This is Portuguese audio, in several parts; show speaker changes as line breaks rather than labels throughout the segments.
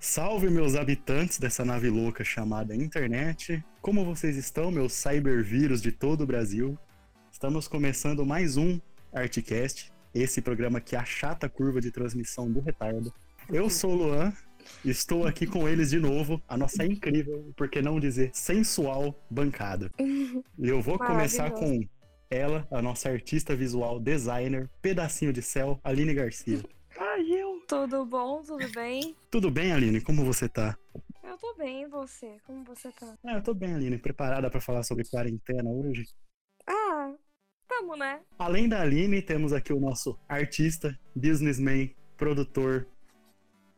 Salve, meus habitantes dessa nave louca chamada internet. Como vocês estão, meus cybervírus de todo o Brasil? Estamos começando mais um Artcast, esse programa que achata a curva de transmissão do retardo. Eu sou o Luan, estou aqui com eles de novo, a nossa incrível, por que não dizer sensual bancada. E eu vou começar com ela, a nossa artista visual, designer, pedacinho de céu, Aline Garcia.
Tudo bom? Tudo bem?
Tudo bem, Aline? Como você tá?
Eu tô bem, e você? Como você tá?
Ah, eu tô bem, Aline. Preparada pra falar sobre quarentena hoje?
Ah, tamo, né?
Além da Aline, temos aqui o nosso artista, businessman, produtor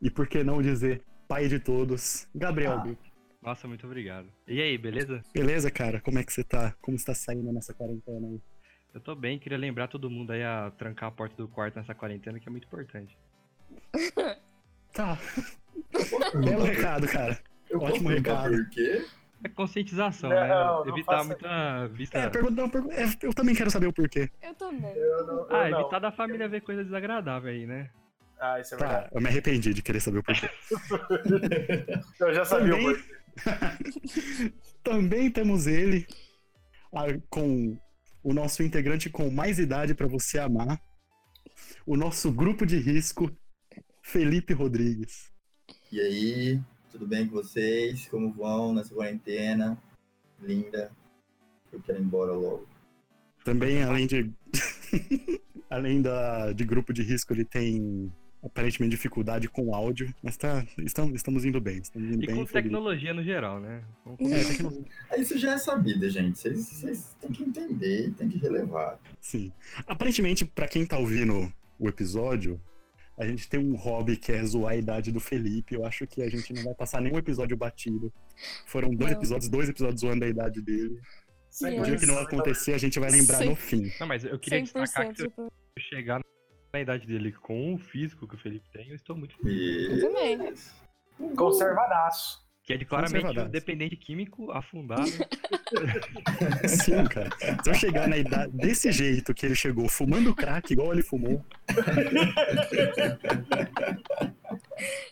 e, por que não dizer, pai de todos, Gabriel.
Ah.
Bico.
Nossa, muito obrigado. E aí, beleza?
Beleza, cara? Como é que você tá? Como está saindo nessa quarentena aí?
Eu tô bem, queria lembrar todo mundo aí a trancar a porta do quarto nessa quarentena, que é muito importante.
Tá, belo É um recado, cara.
Eu
Ótimo
confio, mas
recado.
Por quê?
É conscientização,
Não,
né?
não
Evitar
faça
muita vista. Ah,
É, pergunta, não, pergunta- é, eu também quero saber o porquê.
Eu também.
Eu não. Eu
Ah,
não.
evitar da família ver coisa desagradável aí, né?
Ah, isso é verdade.
tá- Tá, eu me arrependi de querer saber o porquê.
Eu já sabia o
Também-
porquê.
Também temos ele a- com o nosso integrante com mais idade pra você amar, o nosso grupo de risco, Felipe Rodrigues.
E aí, tudo bem com vocês? Como vão nessa quarentena? Linda. Eu quero ir embora logo.
Também, além de. além da, de grupo de risco, ele tem aparentemente dificuldade com áudio, mas tá, estamos, estamos indo bem. Estamos indo
E
bem
com
Felipe.
tecnologia no geral, né? Vamos com-
É, tecno-
Ah, Isso já é sabido, gente. Vocês- Vocês têm que entender, e têm que relevar.
Sim. Aparentemente, pra quem tá ouvindo o episódio, a gente tem um hobby que é zoar a idade do Felipe. Eu acho que a gente não vai passar nenhum episódio batido. Foram dois
Não.
episódios, dois episódios zoando a idade dele. O dia que não acontecer, a gente vai lembrar no fim.
Não, mas eu queria destacar
100%
que se eu
de... Eu
chegar na idade dele com o físico que o Felipe tem, eu estou muito feliz.
E...
também.
Conservadaço.
Que é de claramente
Conservador.
um dependente químico afundado.
Sim, cara. Se eu chegar na idade desse jeito que ele chegou, fumando crack igual ele fumou.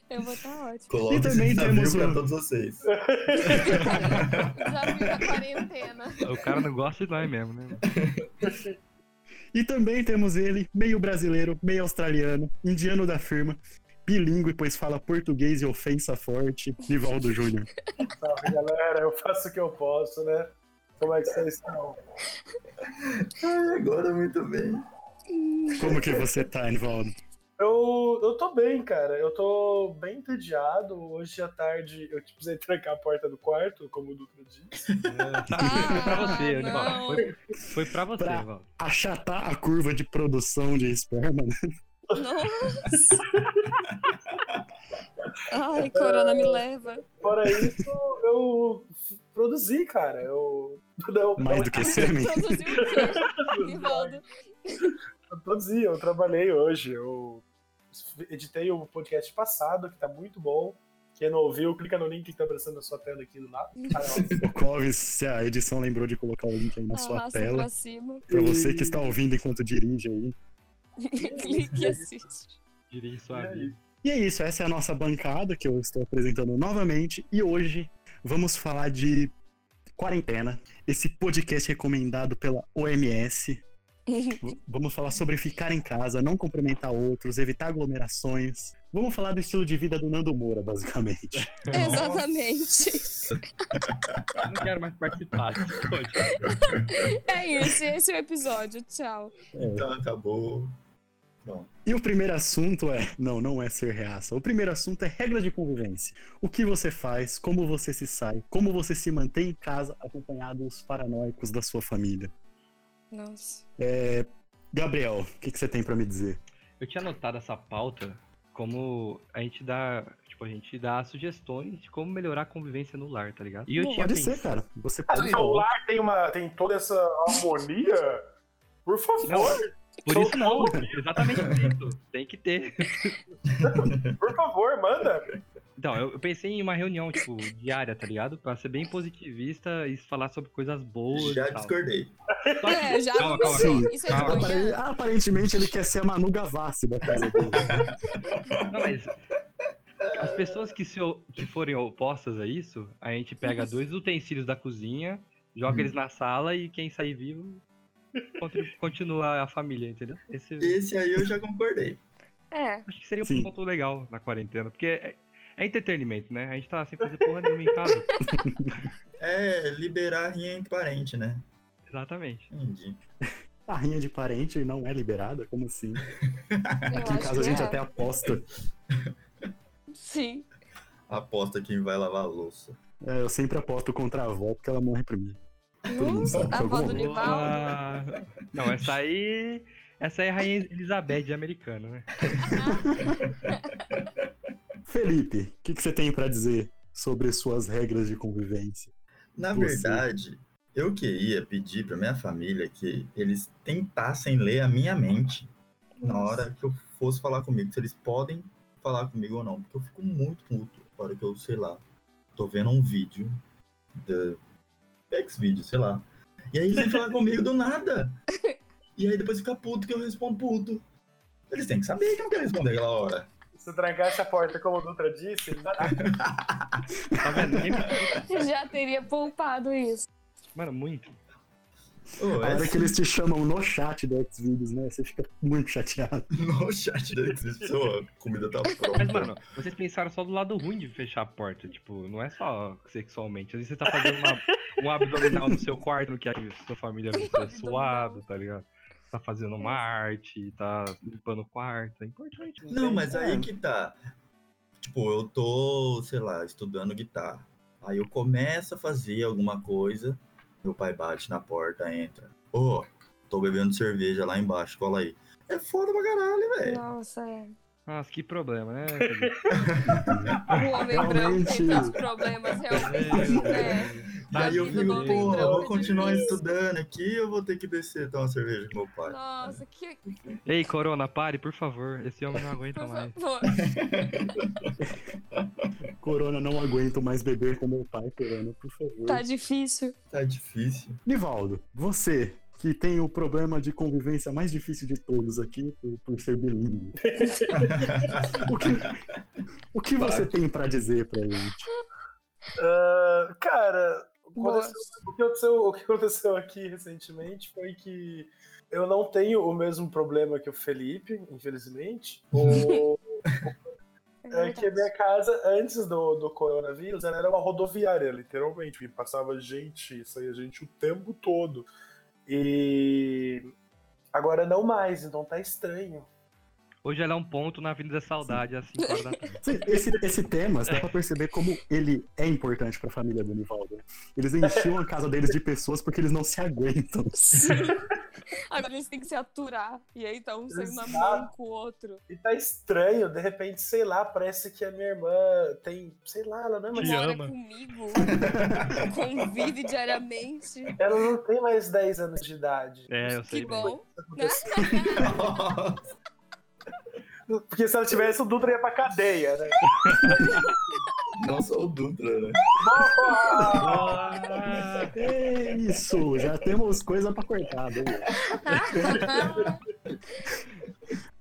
Eu vou estar ótimo.
Coloca
E também
esse desafio
temos
pra
o-
todos vocês.
Já vi a quarentena.
o cara não gosta de nós mesmo, né?
E também temos ele, meio brasileiro, meio australiano, indiano da firma, bilíngue, pois fala português e ofensa forte, Nivaldo Júnior.
Salve, galera. Eu faço o que eu posso, né? Como é que vocês estão?
Ah, agora muito bem.
Como que você tá, Nivaldo?
Eu, eu tô bem, cara. Eu tô bem entediado. Hoje à tarde eu precisei trancar a porta do quarto, como o Dutra disse.
Tá, foi pra
Ah,
você, né, Val?
não.
Foi, foi pra você,
Pra-
Val.
Achatar a curva de produção de esperma, né?
Nossa. Ai, corona me leva.
Fora isso, eu produzi, cara. Eu, eu,
Mais do que né? sêmen.
Produziu o quê? Nivaldo.
Eu produzi, eu trabalhei hoje. Eu editei o podcast passado, que tá muito bom. Quem não ouviu, clica no link que tá aparecendo na sua tela aqui do lado. Ah, não.
O Então, Clóvis, se a edição lembrou de colocar o link aí na sua
Arrasta
tela.
pra cima.
Pra você que está ouvindo enquanto dirige aí.
Clique e assiste.
Dirige sua
E aí?
vida.
E é isso, essa é a nossa bancada que eu estou apresentando novamente. E hoje vamos falar de quarentena, esse podcast recomendado pela OMS. V- Vamos falar sobre ficar em casa, não cumprimentar outros, evitar aglomerações. Vamos falar do estilo de vida do Nando Moura, basicamente.
Exatamente.
Eu não quero mais participar. desse podcast.
É isso, esse é o episódio. Tchau.
Então acabou.
E o primeiro assunto é. Não, não é ser reaça. O primeiro assunto é regra de convivência. O que você faz, como você se sai, como você se mantém em casa acompanhado dos paranoicos da sua família.
Nossa.
Gabriel, o que, que você tem pra me dizer?
Eu tinha anotado essa pauta como a gente dá. Tipo, a gente dá sugestões de como melhorar a convivência no lar, tá ligado? E eu
Bom,
tinha
Pode
pensado.
ser, cara. Você
Ah,
pode
seu lar tem, uma, tem toda essa harmonia? Por favor,
Por
Sou
isso não, exatamente isso. Tem que ter.
por favor, manda.
Então, eu eu pensei em uma reunião, tipo, diária, tá ligado? Pra ser bem positivista e falar sobre coisas boas.
Já
e tal.
discordei.
Só que-
É, já
calma, calma,
Sim.
Isso é de
Calma.
manhã.
Ah, Apare- Aparentemente ele quer ser a Manu Gavassi da casa dele.
calma. Não, mas. as pessoas que, se, o- que forem opostas a isso, a gente pega dois utensílios da cozinha, joga
Hum.
eles na sala e quem sair vivo contri- continua a família, entendeu? Esse,
Esse aí eu já concordei.
É.
acho que seria um
Sim.
ponto legal na quarentena, porque é, é entretenimento, né? A gente tá sem fazer porra nenhuma em casa.
É liberar a rinha entre parente, né?
Exatamente.
Entendi.
A rinha de parente não é liberada? Como assim?
Eu
Aqui em
acho
casa a
que
gente
é.
até aposta.
Sim.
Aposta quem vai lavar a louça.
É, eu sempre aposto contra a avó porque ela morre primeiro. Todo mundo
Nossa,
sabe que
Hum, a
eu
avó
vou.
do Nivaldo.
Ah, não, essa aí. Essa aí é a Rainha Elizabeth americana, né?
Felipe, o que, que você tem pra dizer sobre suas regras de convivência?
Na
Você.
verdade, eu queria pedir pra minha família que eles tentassem ler a minha mente na hora que eu fosse falar comigo, se eles podem falar comigo ou não, porque eu fico muito puto na hora que eu, sei lá, tô vendo um vídeo da X-Vídeo, sei lá. E aí eles vêm falar comigo do nada. E aí depois fica puto que eu respondo puto. Eles têm que saber que eu não quero responder aquela hora.
Se trancasse a porta, como o Dutra disse, ele tá-
Tá vendo? Ninguém-
Já teria poupado isso.
Mano, muito.
Ô,
Ainda
é
que eles te chamam no chat do Xvideos, né? Você fica muito chateado.
no chat da pessoa, a comida tá pronta.
Mas, mano, vocês pensaram só do lado ruim de fechar a porta. Tipo, não é só sexualmente. Às vezes você tá fazendo uma- um abdominal no seu quarto, que aí sua família vai ser suada, tá ligado? Tá fazendo uma
É.
arte, tá limpando o quarto. É importante.
Não, mas
É.
aí que tá. Tipo, eu tô, sei lá, estudando guitarra. Aí eu começo a fazer alguma coisa, meu pai bate na porta, entra. Ô, tô bebendo cerveja lá embaixo, cola aí. É foda pra caralho, velho.
Nossa, é.
Nossa, que problema, né? Felipe?
O homem branco
Realmente.
tem tantos problemas, realmente, né? A
Aí eu
vida
fico,
do homem
porra,
branco
vou
é
continuar
difícil.
estudando aqui, eu vou ter que descer tomar cerveja com meu pai.
Nossa, que.
Ei, Corona, pare, por favor. Esse homem não
Por
aguenta mais.
favor.
Corona, não aguento mais beber com meu pai, Corona, por favor.
Tá difícil.
Tá difícil.
Nivaldo, você que tem o problema de convivência mais difícil de todos aqui, por, por ser bilíngue. o que, o que você tem pra dizer pra gente?
Ah, cara,
Boa.
aconteceu- o que, aconteceu, o que aconteceu aqui recentemente foi que eu não tenho o mesmo problema que o Felipe, infelizmente. O, é que a
tá-
minha casa, antes do, do coronavírus, ela era uma rodoviária, literalmente, porque passava gente, saía gente o tempo todo. E agora não mais, então tá estranho.
Hoje ela é um ponto na Avenida Saudade, às 5 horas da tarde.
Sim, Esse, esse tema, você dá pra perceber como ele é importante pra família do Nivaldo. né? Eles enchiam a casa deles de pessoas porque eles não se aguentam.
Sim. Agora eles têm que se aturar. E aí tá um saindo na
Exato.
mão com o outro.
E tá estranho, de repente, sei lá, parece que a minha irmã tem, sei lá, ela não é mais
Te
Mora
ama.
comigo. Convive diariamente.
Ela não tem mais 10 anos de idade.
É, eu sei.
Que
bem.
bom.
Porque se ela tivesse, o Dutra ia pra cadeia, né?
Não sou o Dutra, né?
Ah,
É isso, já temos coisa pra cortar. viu?
né?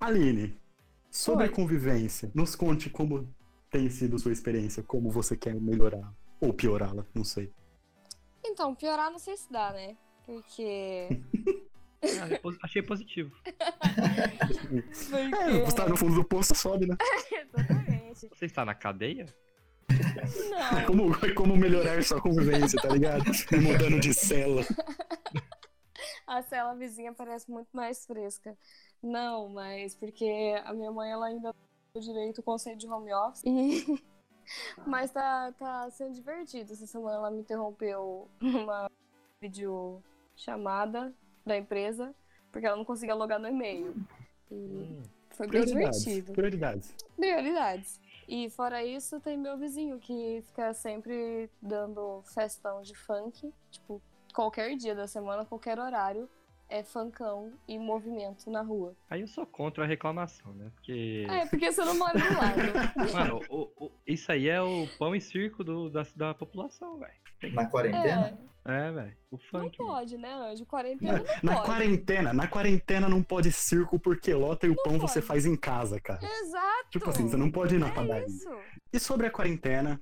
Aline, sobre
Oi.
a convivência, nos conte como tem sido sua experiência, como você quer melhorar ou piorá-la, não sei.
Então, piorar não sei se dá, né? Porque.
achei positivo.
É, você
Porque.
tá no fundo do poço, sobe, né?
Exatamente.
Você está na cadeia?
Não.
É Como, como melhorar sua convivência, tá ligado? Me mudando de cela.
A cela vizinha parece muito mais fresca. Não, mas porque a minha mãe ela ainda não tem direito o conceito de home office. E... mas tá, tá sendo divertido. Essa semana ela me interrompeu uma videochamada da empresa, porque ela não conseguia logar no e-mail. E foi bem
Prioridades.
divertido.
Prioridades.
Prioridades. E fora isso, tem meu vizinho que fica sempre dando festão de funk, tipo, qualquer dia da semana, qualquer horário. é funkão e movimento na rua.
Aí eu sou contra a reclamação, né? Porque.
Ah, é porque você não mora do lado.
Mano, o- o- isso aí é o pão e circo do- da, da população, velho.
Na quarentena?
É,
É, velho. O
não
funk. mano.
pode, né, Anjo? Quarentena
Na
não pode.
quarentena, na quarentena não pode circo porque lota e o pão você
pode.
faz em casa, cara.
Exato!
Tipo assim, você não pode ir na
é
padaria.
isso.
E sobre a quarentena,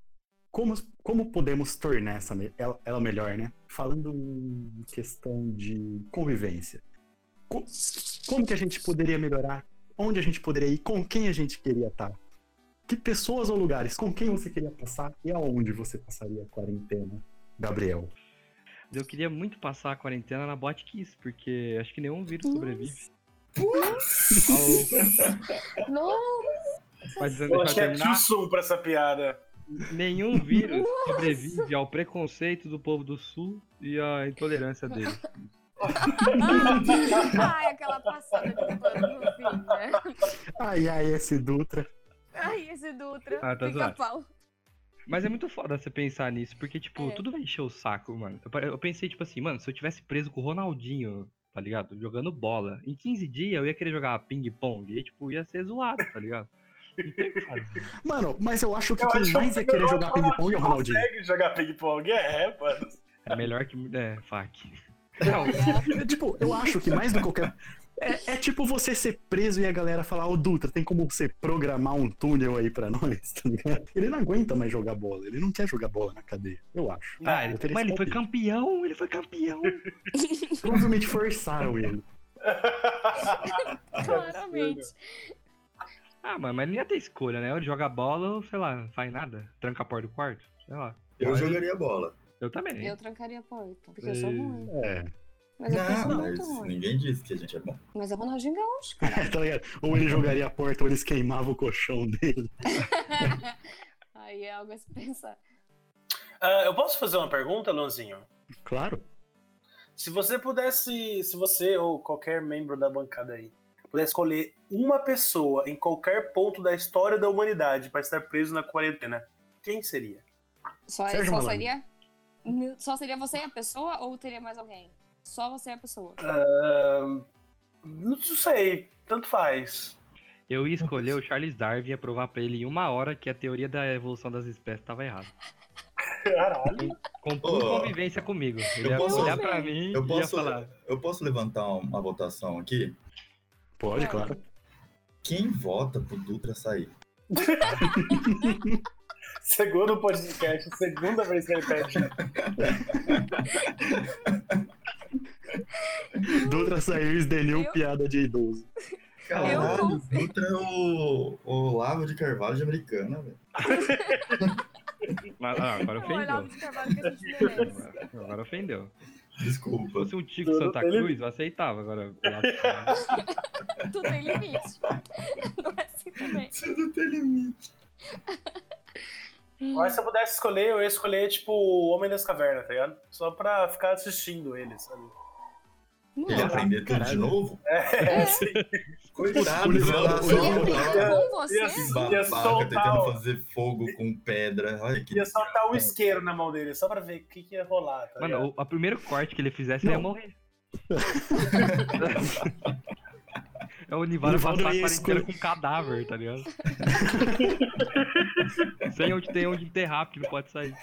como, como podemos tornar essa, me- ela, ela melhor, né? Falando em questão de convivência. Co- como que a gente poderia melhorar? Onde a gente poderia ir? Com quem a gente queria estar? Que pessoas ou lugares? Com quem você queria passar? E aonde você passaria a quarentena, Gabriel?
Eu queria muito passar a quarentena na Botkiss, porque acho que nenhum vírus
Nossa.
sobrevive. Ao...
Não,
Mas deixa
Eu
eu
acho que é
terminar.
too soon pra essa piada.
Nenhum vírus sobrevive ao preconceito do povo do sul e à intolerância dele.
ai, aquela passada que eu tô dando no fim, né?
Ai, ai, esse Dutra.
Ai, esse Dutra,
Ah, tá
fica pau.
Mas é muito foda você pensar nisso, porque, tipo,
Uhum. É.
tudo vai encher o saco, mano. Eu pa- Eu pensei, tipo assim, mano, se eu tivesse preso com o Ronaldinho, tá ligado? Jogando bola. Em 15 dias eu ia querer jogar ping-pong. E, tipo, ia ser zoado, tá ligado? Não tem o que fazer.
Mano, mas eu acho que
Eu
quem
acho
mais
que
ia querer
o
jogar ping-pong é o Ronaldinho.
Consegue jogar ping-pong? É, mano.
É melhor que. É, fuck. Não,
É, tipo, eu acho que mais do que qualquer. É, é tipo você ser preso e a galera falar, ô Dutra, tem como você programar um túnel aí pra nós, tá ligado? Ele não aguenta mais jogar bola, ele não quer jogar bola na cadeia, eu acho.
tá, ele,
eu teria
mas ele
esse
foi
palpite.
campeão, ele foi campeão.
Provavelmente forçaram ele.
Claramente.
Ah, mano, mas ele não ia ter escolha, né? Ou Ele joga bola ou, sei lá, não faz nada. Tranca a porta do quarto, sei lá.
Eu
Mas-
jogaria bola.
Eu também. Eh,
Eu trancaria a porta, porque eu sou ruim.
É,
Mas eu penso
Não,
muito
mas
ruim.
ninguém disse que a gente é bom.
Mas é o Ronaldinho Gaúcho, cara.
tá ligado? Ou ele jogaria a porta ou eles queimavam o colchão dele.
Aí é algo a se pensar.
Ah, eu posso fazer uma pergunta, Lonzinho?
Claro.
Se você pudesse, se você ou qualquer membro da bancada aí, pudesse escolher uma pessoa em qualquer ponto da história da humanidade pra estar preso na quarentena, quem seria?
Só, é,
Sérgio
só
Malandro.
seria. Só seria você e a pessoa ou teria mais alguém? Só você e a pessoa.
Ah,
Ahn, não sei, tanto faz.
Eu ia escolher o Charles Darwin e ia provar pra ele em uma hora que a teoria da evolução das espécies tava errada.
Caralho.
Com pura
Ô,
convivência comigo. Ele
eu
ia
posso-
olhar pra mim
Eu
e ia
posso,
falar.
eu posso levantar uma votação aqui?
Pode, claro.
Quem vota pro Dutra sair?
Segundo podcast, segunda vez que ele pede.
Dutra saiu e esdenil
Eu-
piada de idoso.
Caralho, o
confio.
Dutra é o, o Lavo de Carvalho de Americana, velho.
Mas, ah, agora
Eu olhava
ofendeu.
de trabalho que a gente merece.
Agora ofendeu. Se
Desculpa.
fosse um Tico Santa
Ele-
Cruz, eu aceitava. Agora, lá do Carvalho.
Tu tem limite. Não é assim também.
Você não tem limite.
Mas se eu pudesse escolher, eu ia escolher, tipo, o Homem das Cavernas, tá ligado? Só pra ficar assistindo ele, sabe?
Ele
é
Não.
aprender tudo de
Caralho.
novo?
É,
Coitado,
Ele
ele vai lá
aprende-
só
Ele
rodar.
aprendeu
né?
com
é
você?
assim.
Ia-
Esse
ia
babaca
soltar
tentando
o-
fazer fogo com pedra. Olha que
ia soltar o isqueiro na mão dele, só pra ver o que, que ia rolar, tá ligado?
Mano, o a primeiro corte que ele fizesse, ele ia
Não.
morrer. É o Nivaldo
Nivaldo
passar a
ia
quarentena
escolher-
com um cadáver, tá ligado? Sem onde tem onde enterrar, porque não pode sair.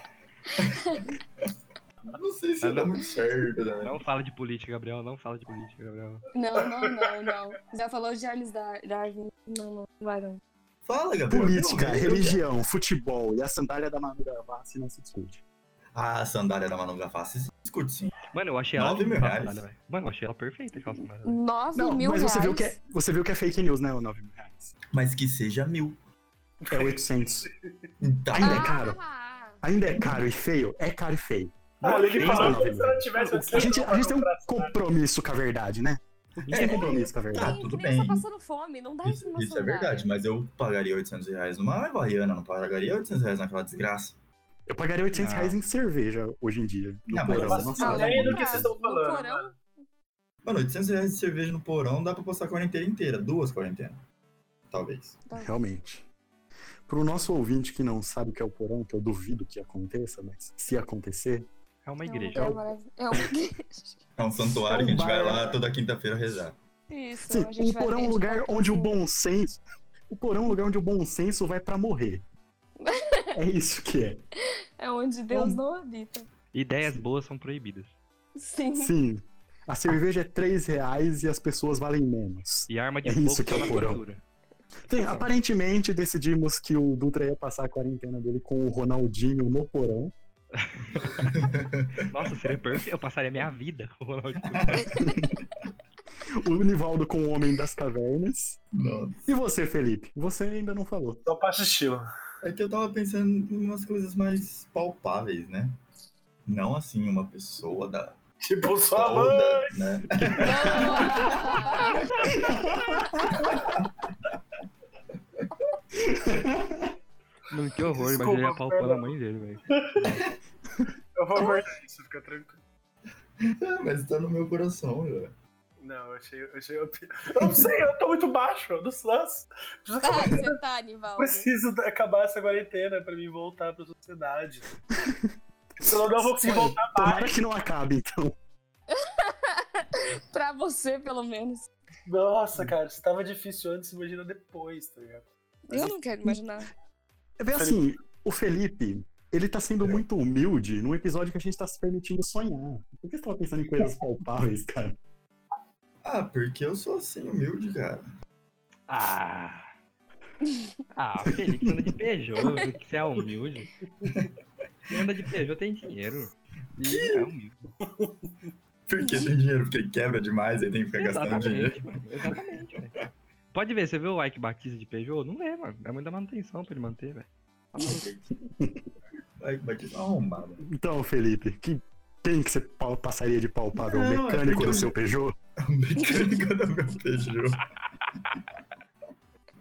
Não sei se
Ah,
dá
não.
muito certo, né?
Não fala de política, Gabriel. Não fala de política, Gabriel.
Não, não, não, não. Já falou de Charles Dar- Darwin. Não, não, vai não.
Fala, Gabriel.
É Política,
Não, eu-
religião, futebol e a sandália da Manu Gavassi não se discute.
Ah, a sandália da Manu Gavassi. se Discute sim.
Mano, eu achei ela.
Nove mil
aquela
reais.
sandália, velho. Mano, eu achei ela perfeita aquela sandália.
9
Não,
mil
mas você
reais.
viu, que é, você viu que é fake news, né, o 9 mil reais?
Mas que seja mil.
É 800.
Então,
Ainda é
Ah!
caro. Ainda é caro e feio? É caro e feio.
Ah, ele
Sim,
falou
mano.
que se eu não tivesse
A gente, a gente tem um compromisso com a verdade, né? A gente tem
É.
compromisso com a
Tem
verdade.
Tá, tudo
criança
bem.
passando fome, não dá isso
isso,
numa
isso é
sandália.
verdade, mas eu pagaria 800 reais numa Havaiana, não pagaria 800 reais naquela desgraça.
Eu pagaria 800
Ah.
reais em cerveja hoje em dia. No
Não, mas
porão.
mas-
Nossa,
Ah,
olha,
é do
mano.
que vocês estão
No
falando,
porão?
mano.
Mano, 800 reais de cerveja no porão dá pra passar a quarentena inteira, duas quarentenas. Talvez.
realmente. Pro nosso ouvinte que não sabe o que é o porão, que eu duvido que aconteça, mas se acontecer,
É uma
É um
igreja.
lugar maravilhoso. É uma igreja.
É um santuário que a gente vai
Bar-
lá toda quinta-feira rezar.
Isso,
Sim,
a gente
o
vai
porão é um
dedicar
lugar onde o
tudo.
bom senso. O porão é um lugar onde o bom senso vai pra morrer. É isso que é.
É onde Deus não habita.
Ideias boas são proibidas.
Sim.
Sim. A cerveja é 3 reais e as pessoas valem menos.
E arma de
É
fogo
isso que
só
é
na
porão.
pintura.
Sim, aparentemente decidimos que o Dutra ia passar a quarentena dele com o Ronaldinho no porão.
Nossa, seria perfeito. Eu passaria minha vida com o Ronaldinho.
O Nivaldo com o Homem das Cavernas.
Nossa.
E você, Felipe? Você ainda não falou.
Só pra assistir. ó.
É que eu tava pensando em umas coisas mais palpáveis, né? Não assim, uma pessoa da
Tipo, só a mãe.
toda, né?
Não, que horror,
Desculpa,
mas ele ia palpando a
Fernando.
mãe dele, velho.
Eu vou guardar isso, Tá fica tranquilo.
É, mas tá no meu coração, velho.
Não, eu achei, eu achei. Eu não sei, eu tô muito baixo do lance.
Ai, você tá, Nivaldo.
Preciso da- acabar essa quarentena pra mim voltar pra sociedade. Senão eu não vou conseguir
Olha,
voltar mais.
Tomara que não acabe, então.
Pra você, pelo menos.
Nossa, cara, se tava difícil antes, imagina depois, tá ligado?
Eu não quero imaginar.
É bem assim, o Felipe, ele tá sendo muito humilde num episódio que a gente tá se permitindo sonhar. Por que você tava pensando em coisas palpáveis, cara?
Ah, porque eu sou assim, humilde, cara.
Ah. Ah, Felipe anda de Peugeot, que você é humilde. Quem anda de Peugeot tem dinheiro. E é humilde.
Porque tem dinheiro, porque quebra demais, aí tem
tá
que ficar gastando dinheiro.
Exatamente, mano. Exatamente, velho. Pode ver, você viu o Ike Batista de Peugeot? Não é, mano. É muita manutenção pra ele manter, velho.
Vai bater uma arrombada.
Então, Felipe, que- quem que você pau- passaria de palpável? O
Não, é
mecânico
porque
do
eu-
seu Peugeot?
Mecânica do meu Peugeot.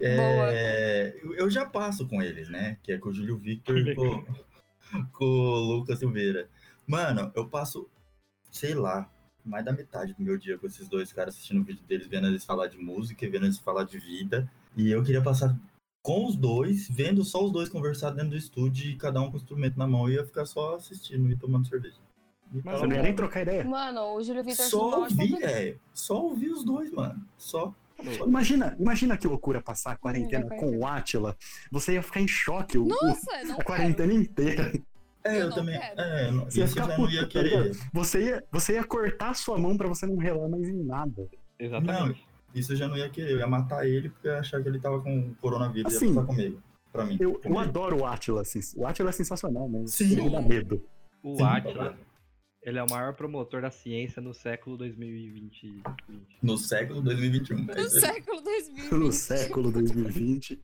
É, eu- eu já passo com eles, né? Que é com o Júlio Victor e com, com o Lucas Silveira. Mano, eu passo, sei lá, mais da metade do meu dia com esses dois caras assistindo o vídeo deles, vendo eles falar de música, e vendo eles falar de vida. E eu queria passar com os dois, vendo só os dois conversar dentro do estúdio e cada um com o instrumento na mão e ia ficar só assistindo e tomando cerveja. E
Mas
Você não ia nem trocar ideia.
Mano, o Júlio Vitor é
só é.
Simões
ouvir,
também.
velho. Só ouvir os dois, mano. Só.
Imagina, imagina que loucura passar a quarentena
Hum, é
com o Átila. Você ia ficar em choque o- o-
Nossa, não
a
quero.
quarentena inteira.
É,
Eu
eu,
não
também.
quero.
É, não,
Você ia
isso eu
ficar
já não
puto,
ia
tá
querer.
ligado? Você ia, você ia cortar a sua mão pra você não relar mais em nada.
Exatamente.
Isso eu já não ia querer. Eu ia matar ele porque eu ia achar que ele tava com coronavírus e
Assim,
ia passar comigo. Pra mim.
Eu, eu
Comigo.
adoro o Átila. Assim, o Átila é sensacional, mas
Sim.
ele me dá medo.
O
Sim. tá
Atila, ele é o maior promotor da ciência no século 2020.
No século 2021. é
No
isso aí.
século 2020.
No século 2020.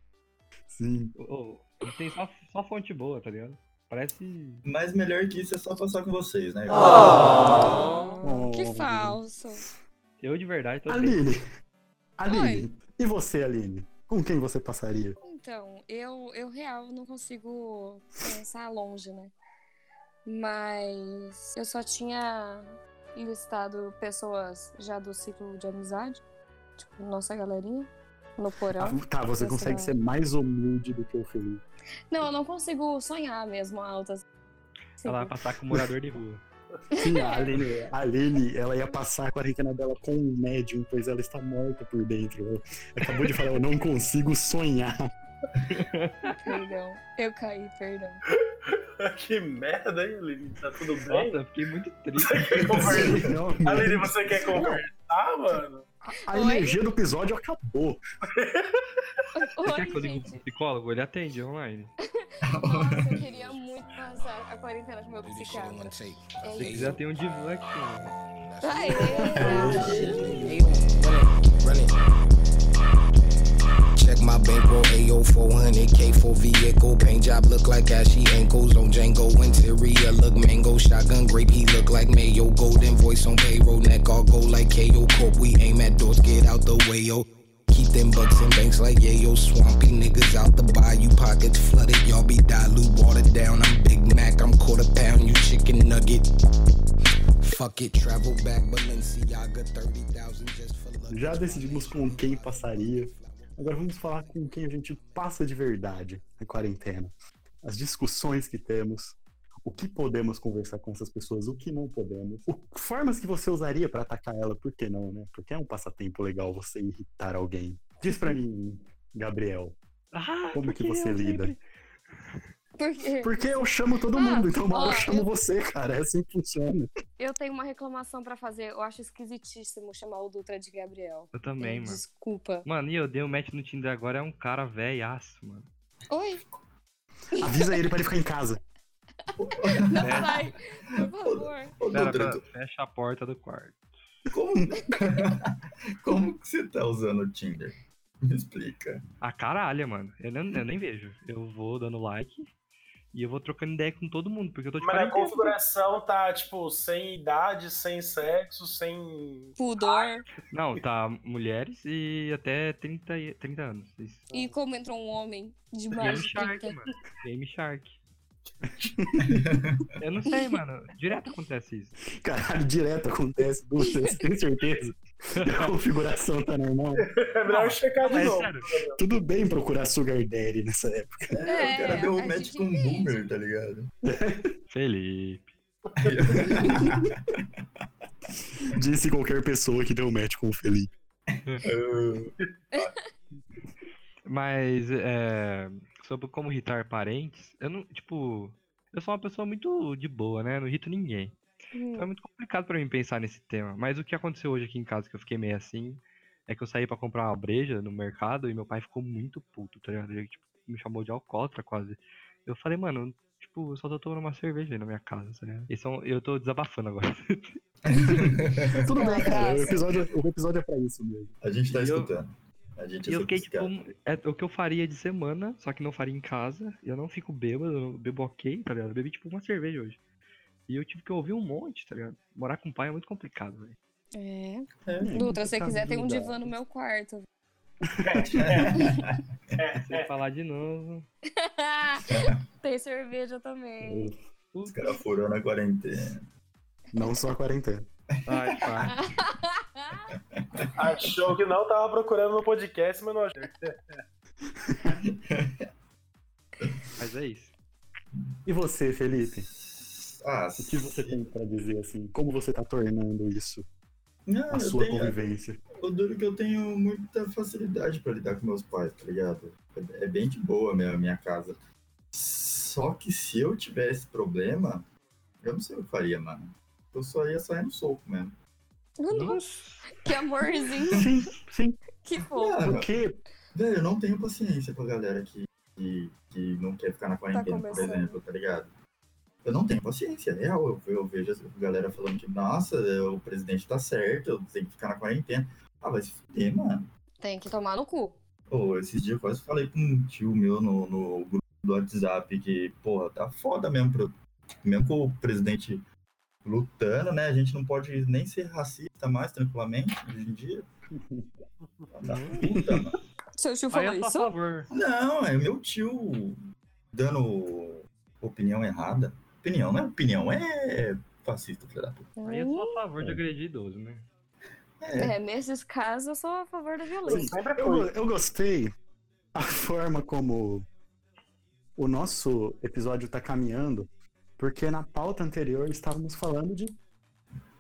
Sim.
Ô, ô, ele tem só, só fonte boa, tá ligado? Parece.
Mas melhor que isso é só passar com vocês, né?
Ah,
Oh, que
Oh.
falso.
Eu de verdade tô bem.
Aline. Aline. E você, Aline? Com quem você passaria?
Então, eu, eu real não consigo pensar longe, né? Mas eu só tinha listado pessoas já do ciclo de amizade, tipo, nossa galerinha, no
Ah,
porão.
tá, você
Nossa,
consegue
não.
ser mais humilde do que o Felipe.
Não, eu não consigo sonhar mesmo altas. Assim,
Ela vai passar com morador de rua.
Sim, é. a Aline, a Aline, ela ia passar a quarentena dela com um médium, pois ela está morta por dentro. Ela Acabou de falar, eu não consigo sonhar.
Perdão, eu caí, perdão.
que merda, hein, Aline? Tá tudo bem?
Nossa, eu fiquei muito triste.
Quer conversar?
Realmente.
Aline, você quer conversar, mano?
A
Oi?
energia do episódio acabou.
Você quer que eu
Oi,
ligue pro
gente.
psicólogo? Ele atende online.
Nossa, eu queria muito passar a quarentena com meu
do this shit in one
psiquiatra.
take.
É
Ele
isso.
já tem um divã aqui, mano.
Aê!
Run it. Check my bankroll, AO 400K for vehicle. Paint job look like ashy ankles on Django. Interior look mango. Shotgun grape, he look like mayo. Golden voice on payroll. Neck all gold like KO Corp. We aim at doors, get out the way, yo. Keep them bucks in banks like yayo. Swampy niggas out the bayou. Pockets flooded, y'all be dilute. Watered down. I'm Big Mac, I'm quarter pound. You chicken nugget. Fuck it, travel back Balenciaga 30,000 just for luck.
Já decidimos com quem um e passaria. Agora vamos falar com quem a gente passa de verdade na quarentena. As discussões que temos, o que podemos conversar com essas pessoas, o que não podemos, o- formas que você usaria pra atacar ela, por que não, né? Porque é um passatempo legal você irritar alguém. Diz pra mim, Gabriel,
Ah,
Como que
porque
você
eu
lida?
sempre-
Por quê?
porque eu chamo todo
Ah,
mundo, então uma hora eu
ó,
chamo
eu-
você, cara, é assim que funciona.
Eu tenho uma reclamação pra fazer. Eu acho esquisitíssimo chamar o Dutra de Gabriel.
Eu também, mano.
Desculpa.
Mano, e eu dei um match no Tinder agora, é um cara velhaço, mano.
Oi?
Avisa ele pra ele ficar em casa.
Não
É.
vai. Por favor.
Ô,
Pera,
Dutra,
pera, fecha a porta do quarto.
como... como que você tá usando o Tinder? Me explica.
Ah, caralho, mano. Eu nem, eu nem vejo. Eu vou dando like e eu vou trocando ideia com todo mundo, porque eu tô de
Mas é a
quarentena.
configuração tá, tipo, sem idade, sem sexo, sem.
Pudor.
Não, tá mulheres e até 30, e- 30 anos. Isso.
E como entra um homem de mais
Game
de
Shark,
30.
mano. Game Shark. eu não sei, mano. Direto acontece isso.
Caralho, direto acontece, Dutra, você tem certeza? A configuração tá normal.
É melhor
Não,
checar de
Mas,
novo.
sério,
Tudo bem procurar Sugar Daddy nessa época.
É, o cara deu
a
um match
gente
com um
entende.
boomer, tá ligado?
Felipe.
Disse qualquer pessoa que deu match com o Felipe.
Ah,
Mas, é, sobre como irritar parentes, eu não, tipo, eu sou uma pessoa muito de boa, né? Não irrito ninguém. Então é muito complicado pra mim pensar nesse tema. Mas o que aconteceu hoje aqui em casa, que eu fiquei meio assim, é que eu saí pra comprar uma breja no mercado e meu pai ficou muito puto, tá ligado? Ele, tipo, me chamou de alcoólatra quase. Eu falei, mano, tipo, eu só tô tomando uma cerveja aí na minha casa, tá ligado? Esse é um- eu tô desabafando agora.
É Tudo bem, cara. O
Graça.
episódio, o episódio é pra isso mesmo.
a gente tá
E eu-
escutando. A gente
E eu fiquei, tipo,
sofisticado.
é o que eu faria de semana, só que não faria em casa. Eu não fico bêbado, eu não bebo ok, tá ligado? Eu bebi, tipo, uma cerveja hoje. E eu tive que ouvir um monte, tá ligado? Morar com o pai é muito complicado, velho.
É.
É.
Dutra, se você
Tá
quiser, tem um
duvidado.
divã no meu quarto.
Sem falar de novo.
tem cerveja também.
Os caras foram na quarentena.
Não só a quarentena.
Ai, pai.
Achou que não tava procurando no podcast, mas não achou.
Mas é isso.
E você, Felipe?
Ah,
O que você tem pra dizer, assim? Como você tá tornando isso?
Não,
Ah,
A
eu
sua
tenho-
convivência?
O duro que eu tenho muita facilidade pra lidar com meus pais, tá ligado? É bem de boa mesmo a minha casa. Só que se eu tivesse problema, eu não sei o que eu faria, mano. Eu só ia sair no soco mesmo.
Nossa.
Que amorzinho.
Sim, sim.
Que fofo.
Cara,
Porque
velho, eu não tenho paciência pra galera que, que, que não quer ficar na quarentena, por
começando.
exemplo, tá ligado? Eu não tenho paciência, é real. Eu, eu vejo a galera falando que, nossa, o presidente tá certo, eu tenho que ficar na quarentena. Ah, vai se fuder, mano.
Tem que tomar no cu.
Pô, esses dias eu quase falei com um tio meu no, no grupo do WhatsApp que, porra, tá foda mesmo. Pro, mesmo com o presidente lutando, né? A gente não pode nem ser racista mais tranquilamente hoje em dia. Tá puta, mano.
Seu tio
Aí
falou
é só a
isso?
favor.
Não, é meu tio dando opinião errada. Opinião não é opinião, é fascista, filho da puta.
Aí é
Hum.
só a favor de agredir idoso, né?
É,
É, nesses casos eu sou a favor da
Sim,
violência.
Sempre
eu,
foi.
eu gostei a forma como o nosso episódio tá caminhando, porque na pauta anterior estávamos falando de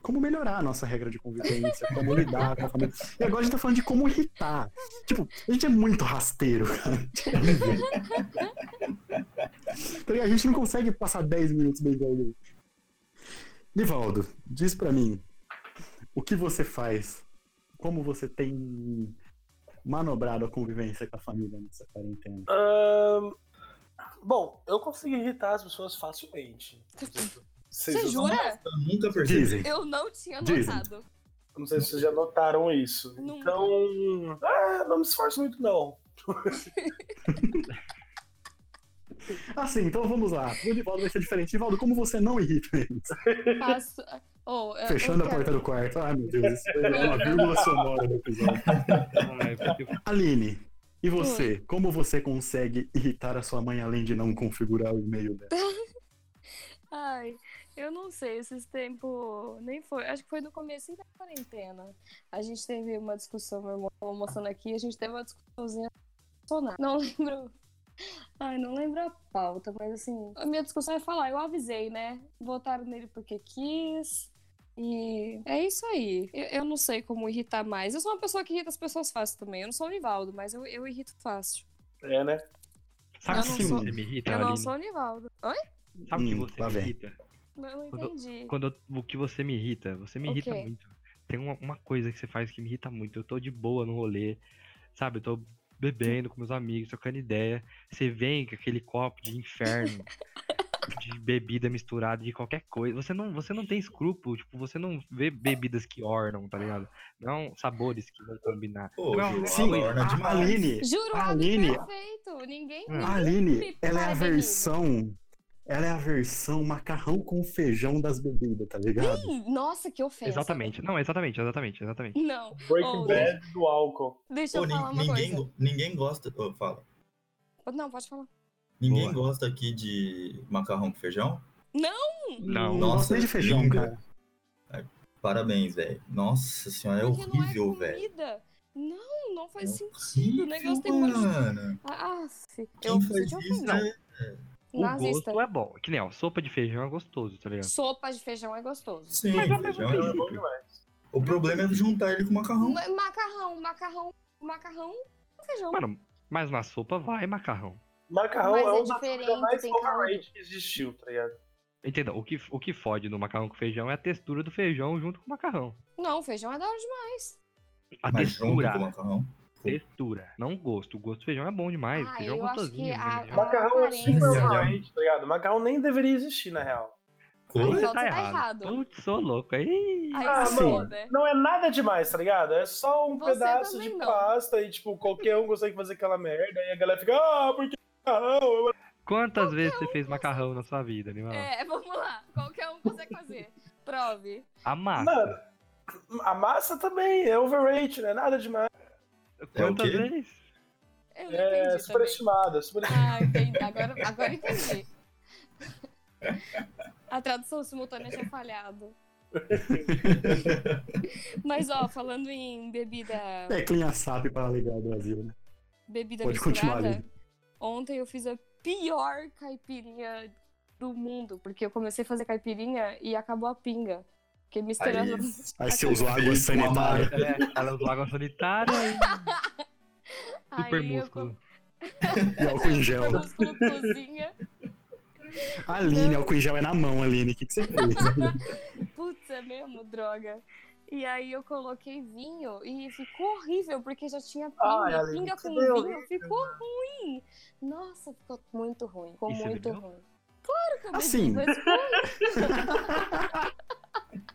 como melhorar a nossa regra de convivência, como lidar com a família. E agora a gente tá falando de como irritar. Tipo, a gente é muito rasteiro, cara. Então, a gente não consegue passar 10 minutos bem com alguém. Nivaldo, diz pra mim, o que você faz? Como você tem manobrado a convivência com a família nessa quarentena.
Ahn, Bom, eu consigo irritar as pessoas facilmente. Vocês
Você
usam-
jura?
eu nunca percebi.
Dizem.
Eu não tinha
Dizem.
notado.
Não sei se vocês já notaram isso.
Nunca.
Então. Ah, não me esforço muito, não.
Assim, então vamos lá. O Divaldo vai ser diferente. Divaldo, como você não irrita eles?
Faço- Oh, eu- eu
Fechando a
quero-
porta do quarto. Ai, meu Deus, isso foi uma vírgula sonora do episódio.
Não é porque
Aline, e você? Como você consegue irritar a sua mãe além de não configurar o e-mail dela?
Ai, eu não sei, esses tempos nem foi. Acho que foi no começo da quarentena. A gente teve uma discussão, meu irmão tava mostrando aqui, a gente teve uma discussãozinha do Bolsonaro. Não lembro Ai, não lembro a pauta, mas assim, a minha discussão é falar, eu avisei, né? Votaram nele porque quis. E é isso aí. Eu, eu não sei como irritar mais. Eu sou uma pessoa que irrita as pessoas fácil também. Eu não sou o Nivaldo, mas eu, eu irrito fácil.
É, né?
Sabe
Eu não
que
sou-
você me irrita,
eu não
Aline?
sou o Nivaldo. Oi?
Sabe que
Hum,
você
lá
me
vem.
irrita?
Não, não
Quando-
entendi.
Quando eu- o que você me irrita, você me
O
irrita
quê?
muito. Tem uma, uma coisa que você faz que me irrita muito. Eu tô de boa no rolê, sabe? Eu tô bebendo com meus amigos, trocando ideia. Você vem com aquele copo de inferno, de bebida misturada, de qualquer coisa. Você não, você não tem escrúpulo, tipo, você não vê bebidas que ornam, tá ligado? Não sabores que vão combinar.
Pô,
Não,
Ju,
sim,
ela orna
A
demais.
Aline,
Juro,
A
Abre
Aline-
perfeito. Ninguém.
Hum.
Ah.
a
ninguém
Aline,
me
ela é a
parabeniza.
versão. Ela é a versão macarrão com feijão das bebidas, tá ligado?
Ih, Hum, Nossa, que ofensa.
Exatamente. Não, exatamente, exatamente, exatamente.
Não,
Breaking
Oh,
Bad do álcool.
deixa
Pô,
eu
nin-
falar uma
ninguém,
coisa.
go- ninguém gosta. Ô, fala.
Não, pode falar.
Ninguém
Boa.
gosta aqui de macarrão com feijão?
Não.
não gosto
Nossa,
nem de feijão,
linda.
cara.
Parabéns, velho. Nossa senhora, é
Porque
horrível,
não é
velho. É
comida. Não, não faz sentido.
Horrível,
O negócio tem um monte de.
mano.
Ah, af,
Quem
eu preciso
faz
de um
isso
opinião.
é...
O
Nazista.
gosto é bom. Que nem, ó, sopa de feijão é gostoso, tá ligado?
Sopa de feijão é gostoso.
Sim,
Mas ao mesmo
feijão
um
é...
Então é bom demais.
O problema é juntar ele com macarrão.
Ma- Macarrão, macarrão, macarrão com feijão.
Mano, mas na sopa vai macarrão.
Macarrão
Mas
é
é
um dos
diferente,
coisas mais
tem caldo.
overrated que existiu, tá ligado?
Entenda, o que, o que fode no macarrão com feijão é a textura do feijão junto com o macarrão.
Não, feijão é da hora demais.
A
Mas junto
textura.
com macarrão.
Textura. Não o gosto. O gosto do feijão é bom demais.
Ah,
feijão é
eu acho
gostosinho.
que
né,
a-
meu?
Ah,
a-
Macarrão é
Ah, Aparência.
super overrated, tá ligado? Macarrão nem deveria existir, na real.
Aí
Então
você
você tá errado.
Putz, sou louco. Aí...
Aí
Ah,
você né?
mano.
foda.
Não é nada demais, tá ligado? É só um
Você
pedaço
também
de
não.
pasta e, tipo, qualquer um consegue fazer aquela merda. E a galera fica, ah, porque macarrão?
Quantas vezes você fez macarrão na sua vida, animal?
É, vamos lá. Qualquer um consegue fazer. Prove.
A massa.
Mano, a massa também é overrated, não é nada demais.
Quantas
É o quê?
vezes?
Eu não
É
entendi também.
superestimada, superestimada.
Ah, entendi. Agora, agora entendi. A tradução simultânea tinha falhado. Mas, ó, falando em bebida,
É clean sap para ligar o Brasil, né?
bebida
Pode continuar,
misturada,
Aline.
ontem eu fiz a pior caipirinha do mundo, porque eu comecei a fazer caipirinha e acabou a pinga. Porque misturando.
Aí-
Aí você usou água
Fez uma
sanitária.
É, ela usou água sanitária e super
aí eu
músculo.
E álcool em gel.
super músculo cozinha.
Aline, álcool em gel é na mão, Aline. O que, que você fez?
Putz, é mesmo, droga. E aí eu coloquei vinho e ficou horrível, porque já tinha pinga,
Ai, Aline,
pinga
que
com
deu,
vinho, ficou ruim. Nossa, ficou muito ruim, ficou
E você
muito
bebeu?
ruim. Claro que eu bebi,
Assim.
mas pô,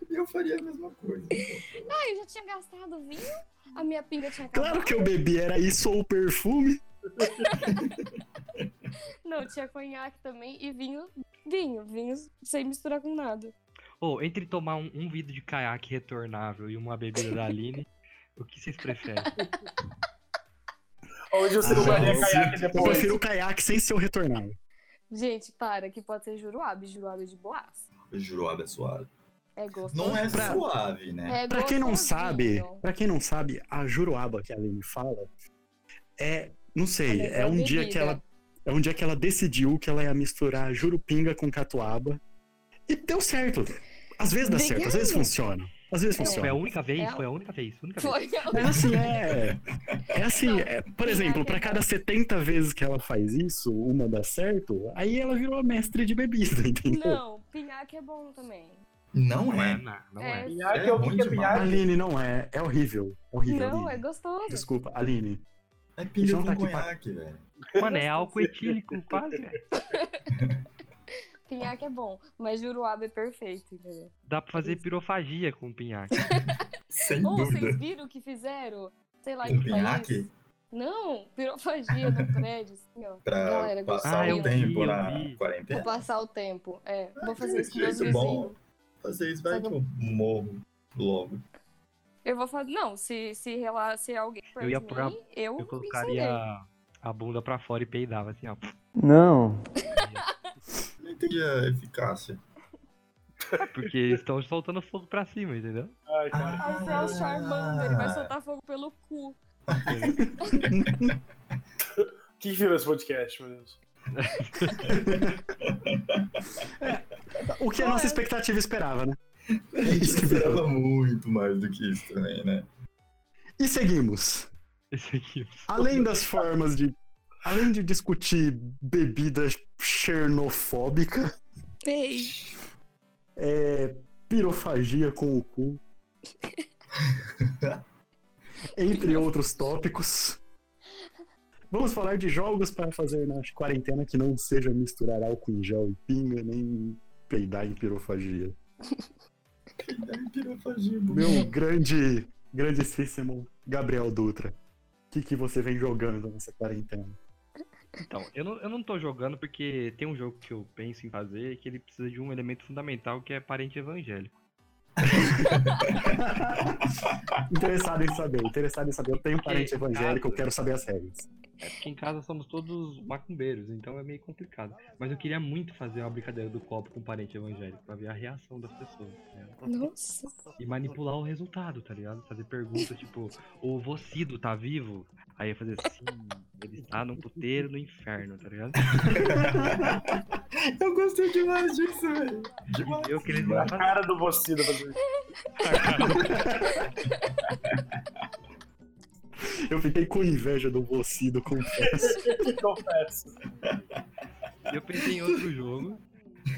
Eu faria a mesma coisa. então.
eu já tinha gastado vinho, a minha pinga tinha acabado.
Claro que eu bebi, era isso ou o perfume.
Não, tinha conhaque também e vinho, vinho, vinho sem misturar com nada.
Ou entre tomar um, um vidro de caiaque retornável e uma bebida da Aline, o que vocês preferem?
Onde você não
Ah,
faria
eu
caiaque
Eu
depois.
prefiro o caiaque sem ser o retornável.
Gente, para, que pode ser juruabe, juruabe de boas.
Juroba é suave.
É gostoso.
Não é
Pra-
suave, né?
É
Pra quem não
gostosinho.
sabe, para quem não sabe, a juruaba que a Aline fala é, não sei,
Ela é
é um dia
bebida.
que ela é um dia que ela decidiu que ela ia misturar jurupinga com catuaba e deu certo. Às vezes dá certo, às vezes
Obrigada.
funciona. Às vezes
É.
Foi a
funciona.
única vez,
É a-
foi a única vez, única vez.
Foi a
Mas assim, é. É assim, é- por exemplo, pra cada 70 vezes que ela faz isso, uma dá certo, aí ela virou a mestre de bebida, entendeu?
Não, pinhaque é bom também.
Não
Não é,
é.
não, não
É.
é.
Caiaque é o que
É
que é
ruim
caiaque?
Aline, não é. É horrível. Horrível.
Não, é
Aline.
gostoso.
Desculpa, Aline.
É pinga
Não tá
com
aqui pra-
conhaque, velho.
Mano, é álcool etílico, quase. velho.
Pinhaque é bom, mas juruaba é perfeito, entendeu?
Dá pra fazer pirofagia com o pinhaque.
Sem
Ou vocês
dúvida.
viram o que fizeram? Sei lá, em
Com
que
pinhaque
país? Não, pirofagia no prédio, assim, ó.
pra
Galera,
passar
gostei.
o
Ah, eu
tempo
vi, eu vi.
na
Vou
quarentena.
passar o tempo. É, vou fazer isso com
que
meus
jeito bom.
vizinhos.
Fazer isso vai
Sabe- um
que eu morro logo.
Eu vou fazer. Não, se, se, rela- se alguém perto
ia
de
pôr a-
mim, eu,
Eu
incendeio.
colocaria a bunda pra fora e peidava assim, ó.
Não entendi a eficácia.
Porque estão soltando fogo pra cima, entendeu?
Ai, cara.
Aí você é o
Ah,
Charmander, ele vai soltar fogo pelo cu.
que virou esse podcast, meu Deus?
Tá,
O que a
é.
nossa expectativa esperava, né?
A gente esperava muito mais do que isso também, né?
E seguimos.
Esse aqui.
Além das formas de. Além de discutir bebida xernofóbica,
Ei,
é pirofagia com o cu. Entre outros tópicos. Vamos falar de jogos para fazer na quarentena que não seja misturar álcool em gel e pinga, nem peidar em pirofagia.
Ai, pirofagia, bonito.
Meu grande, grandíssimo Gabriel Dutra. O que, que você vem jogando nessa quarentena?
Então, eu não, eu não tô jogando porque tem um jogo que eu penso em fazer que ele precisa de um elemento fundamental que é parente evangélico.
Interessado em saber, interessado em saber. Eu tenho um parente
Ok,
evangélico, eu
cara.
quero saber as regras.
É porque em casa somos todos macumbeiros, então é meio complicado. Mas eu queria muito fazer uma brincadeira do copo com parente evangélico pra ver a reação das pessoas. né?
nossa.
E manipular o resultado, tá ligado? Fazer perguntas tipo, o Vocido tá vivo? Aí eu fazer assim, ele está num puteiro no inferno, tá ligado?
Eu gostei demais disso, velho. Demais.
E eu queria
A
fazer
cara do Bocido fazer isso.
Eu fiquei com inveja do Vocido, confesso.
Confesso.
E eu pensei em outro jogo.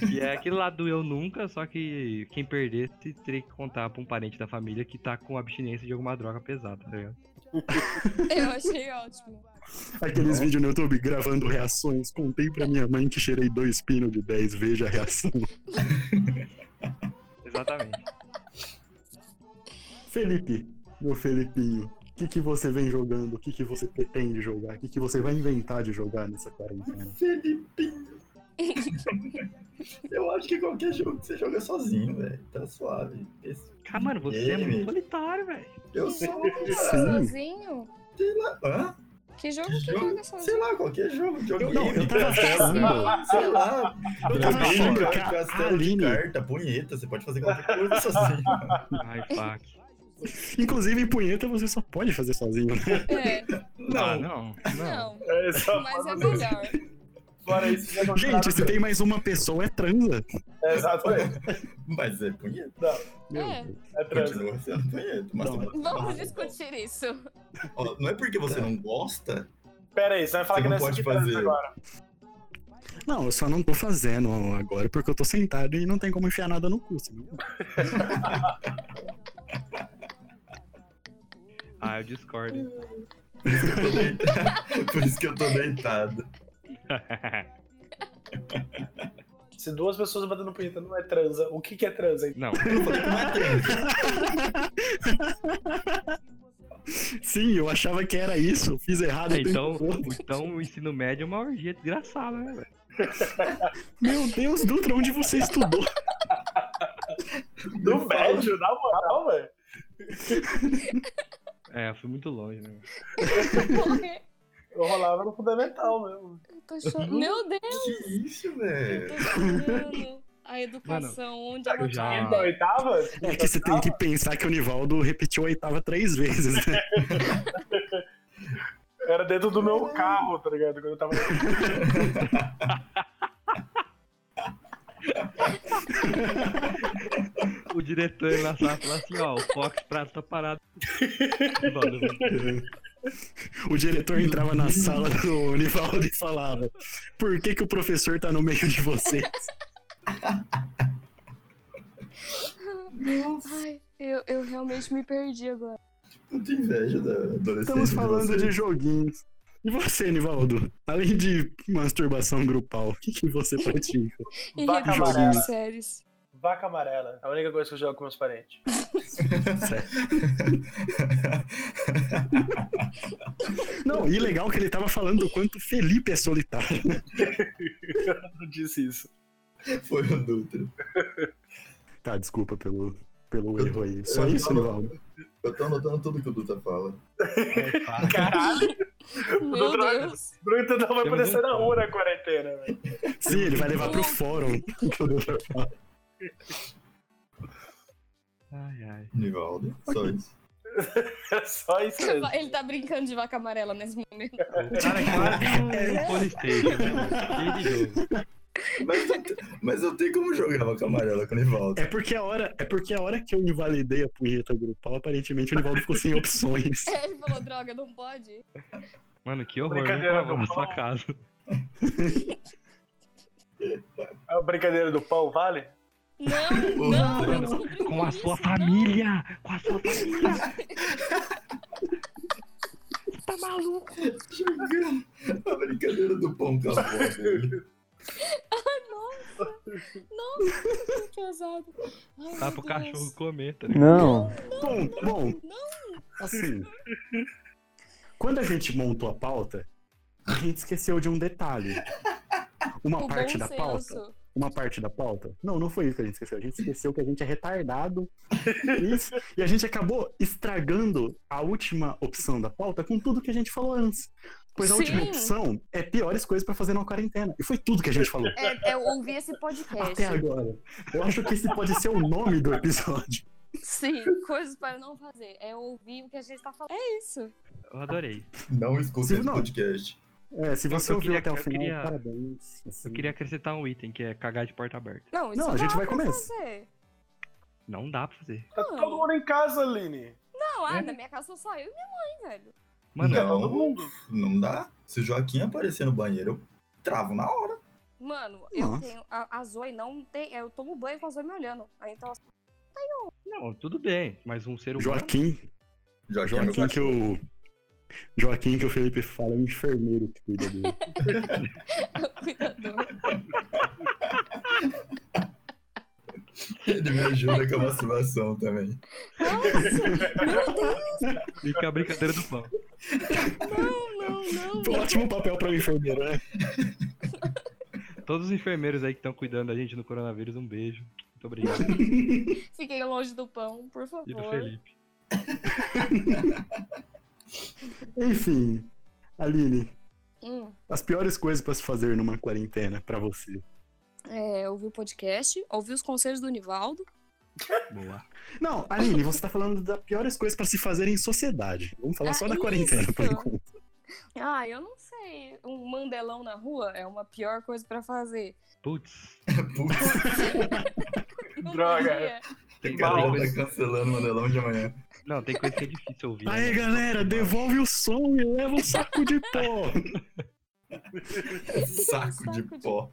E é aquele lá do Eu Nunca, só que quem perdesse teria que contar pra um parente da família que tá com abstinência de alguma droga pesada, tá ligado?
Eu achei ótimo.
Aqueles vídeos no YouTube gravando reações. Contei pra minha mãe que cheirei dois pinos de 10, veja a reação.
Exatamente.
Felipe, meu Felipinho, o que, que você vem jogando? O que, que você pretende jogar? O que, que você vai inventar de jogar nessa quarentena?
Felipinho. eu acho que qualquer jogo que você joga sozinho, velho. Tá suave. Esse-
Cara, mano, você é
Ei,
muito
velho.
solitário, velho.
Eu sou.
Sim.
Sozinho?
Sei lá. Hã?
Que jogo é que
Jogo?
joga
Sei
sozinho?
lá, qualquer jogo. Joguei.
Não, eu tava achando.
Sei lá. Eu tava
Aline,
jogando
cara,
castelo de
Aline.
carta, punheta. Você pode fazer qualquer coisa sozinho.
Ai, fuck.
Inclusive, em punheta você só pode fazer sozinho, né?
É,
Não.
Ah, não.
não.
É, só
Mas é
faz-
melhor.
Fora isso, já não
Gente, se
sabe-
tem mais uma pessoa, é transa.
É, Exatamente.
Mas é punheta.
É.
Deus.
É trans.
Continua sendo punheta. Mas
Não.
Vamos discutir isso.
Ó, não é porque você não gosta.
Pera aí, você vai falar
Você
que
não
nós
pode
aqui trans
fazer.
agora.
Não, eu só não tô fazendo agora porque eu tô sentado e não tem como enfiar nada no né? cu. senão-
Ah, eu discordo.
Por isso que eu tô deitado. Por isso que eu tô deitado.
Se duas pessoas batendo punheta não é transa, o que, que é transa?
Não,
Eu falei que não é trans.
Sim, eu achava que era isso. Eu fiz errado.
Ah,
eu tenho
então,
que-
então o ensino médio é uma orgia desgraçada, né, velho?
Meu Deus, Dutra, onde você estudou?
No médio, na moral, velho.
É, eu fui muito longe, né?
Eu rolava no fundamental mesmo.
Eu tô chorando. Meu Deus,
Que isso,
eu
velho?
tô chorando. A educação, onde ela
eu já-
tá.
E na oitava?
É que você tem que pensar que o Nivaldo repetiu a oitava três vezes, né?
Era dentro do meu carro, tá ligado? Quando eu tava.
O diretor lá na sala falou assim, ó, o Fox Prato tá parado. Mano,
O diretor entrava na sala do Nivaldo e falava: Por que, que o professor tá no meio de você?
Ai, eu, eu realmente me perdi agora.
Muita inveja da adolescência.
Estamos falando de
vocês.
joguinhos. E você, Nivaldo? Além de masturbação grupal, o que, que você pratica?
E
Vaca
repetir
amarela.
as séries.
Vaca amarela. É a única coisa que eu jogo com meus parentes.
Não, e legal que ele tava falando do quanto Felipe é solitário.
Eu não disse isso.
Foi o Dutra.
Tá, desculpa pelo, pelo erro aí. Só
Eu
isso,
tava-
Nivaldo.
Eu tô anotando tudo que o Dutra fala.
Caralho,
Meu Deus.
o Bruno não vai
Temos
aparecer
um
na
plano.
rua na quarentena, velho.
Sim, ele vai levar pro fórum.
ai, ai.
Nivaldo. Só isso.
É só isso mesmo.
Ele tá brincando de vaca amarela nesse momento.
O cara é quase um Polystation, né? Cheio de jogo.
Mas, não tem- mas não tem como jogar vaca amarela com o Nivaldo.
É porque a hora, é porque a hora que eu invalidei a punheta grupal, aparentemente o Nivaldo ficou sem opções.
Ele falou, droga, não pode.
Mano, que horror. Vem
Brincadeira,
pra lá, na
não.
sua casa.
É uma brincadeira do pão, vale?
Não, não, não descobri
Com a
isso,
sua
não.
família! Com a sua família!
Jogando a brincadeira do pão com a avó dele.
Nossa, que azado. Ai,
Dá
meu
Tá pro
Deus.
cachorro comer, tá ligado?
Não.
Bom, bom. Assim. Quando a gente montou a pauta, a gente esqueceu de um detalhe. Uma
O
parte da
bom
pauta.
senso.
Uma parte da pauta. Não, não foi isso que a gente esqueceu. A gente esqueceu que a gente é retardado. Isso. E a gente acabou estragando a última opção da pauta com tudo que a gente falou antes. Pois a última
Sim.
opção é piores coisas pra fazer na quarentena. E foi tudo que a gente falou.
É, é ouvir esse podcast.
Até agora. Eu acho que esse pode ser o nome do episódio.
Sim, coisas para não fazer. É ouvir o que a gente tá falando. É isso.
Eu adorei.
Não escuta esse
Não.
podcast.
É, se você
Eu
ouviu
queria-
até o
eu
final,
queria-
parabéns. assim.
Eu queria acrescentar um item, que é cagar de porta aberta.
Não, isso
Não, a gente
dá
vai
pra
começar.
fazer.
Não dá pra fazer.
Tá
Não.
todo mundo em casa, Aline.
Não, ah,
É.
na minha casa sou só eu e minha mãe, velho.
Mano,
Tá todo mundo.
Não dá. Se o Joaquim aparecer no banheiro, eu travo na hora.
Mano, eu
Nossa.
tenho. A, a Zoe não tem. Eu tomo banho com a Zoe me olhando. Aí, Então, assim,
não, tudo bem. Mas um ser humano...
Joaquim,
Joaquim, é meu
Joaquim que
cachorro.
o. Joaquim que o Felipe fala é um enfermeiro que cuida dele.
cuidador.
Ele me ajuda com a masturbação também.
Nossa, meu Deus,
E que é a brincadeira do pão.
não, não.
Um Ótimo papel pra enfermeiro, né?
Todos os enfermeiros aí que estão cuidando da gente no coronavírus, um beijo. Muito obrigado.
Fiquei longe do pão, por
E do
favor.
Felipe.
Enfim, Aline,
Hum,
as piores coisas pra se fazer numa quarentena pra você.
é, ouvi o podcast, ouvi os conselhos do Nivaldo.
Boa.
Não, Aline, você tá falando das piores coisas pra se fazer em sociedade. Vamos falar
Ah,
só da quarentena
isso.
por enquanto.
Ah, eu não sei. Um mandelão na rua é uma pior coisa pra fazer.
Putz.
Putz,
Não
Droga.
podia.
tem cara
Mal.
que tá cancelando o Manelão de amanhã.
Não, tem coisa que é difícil ouvir.
Aí,
né?
galera, devolve o som e leva um saco de pó.
Saco de pó.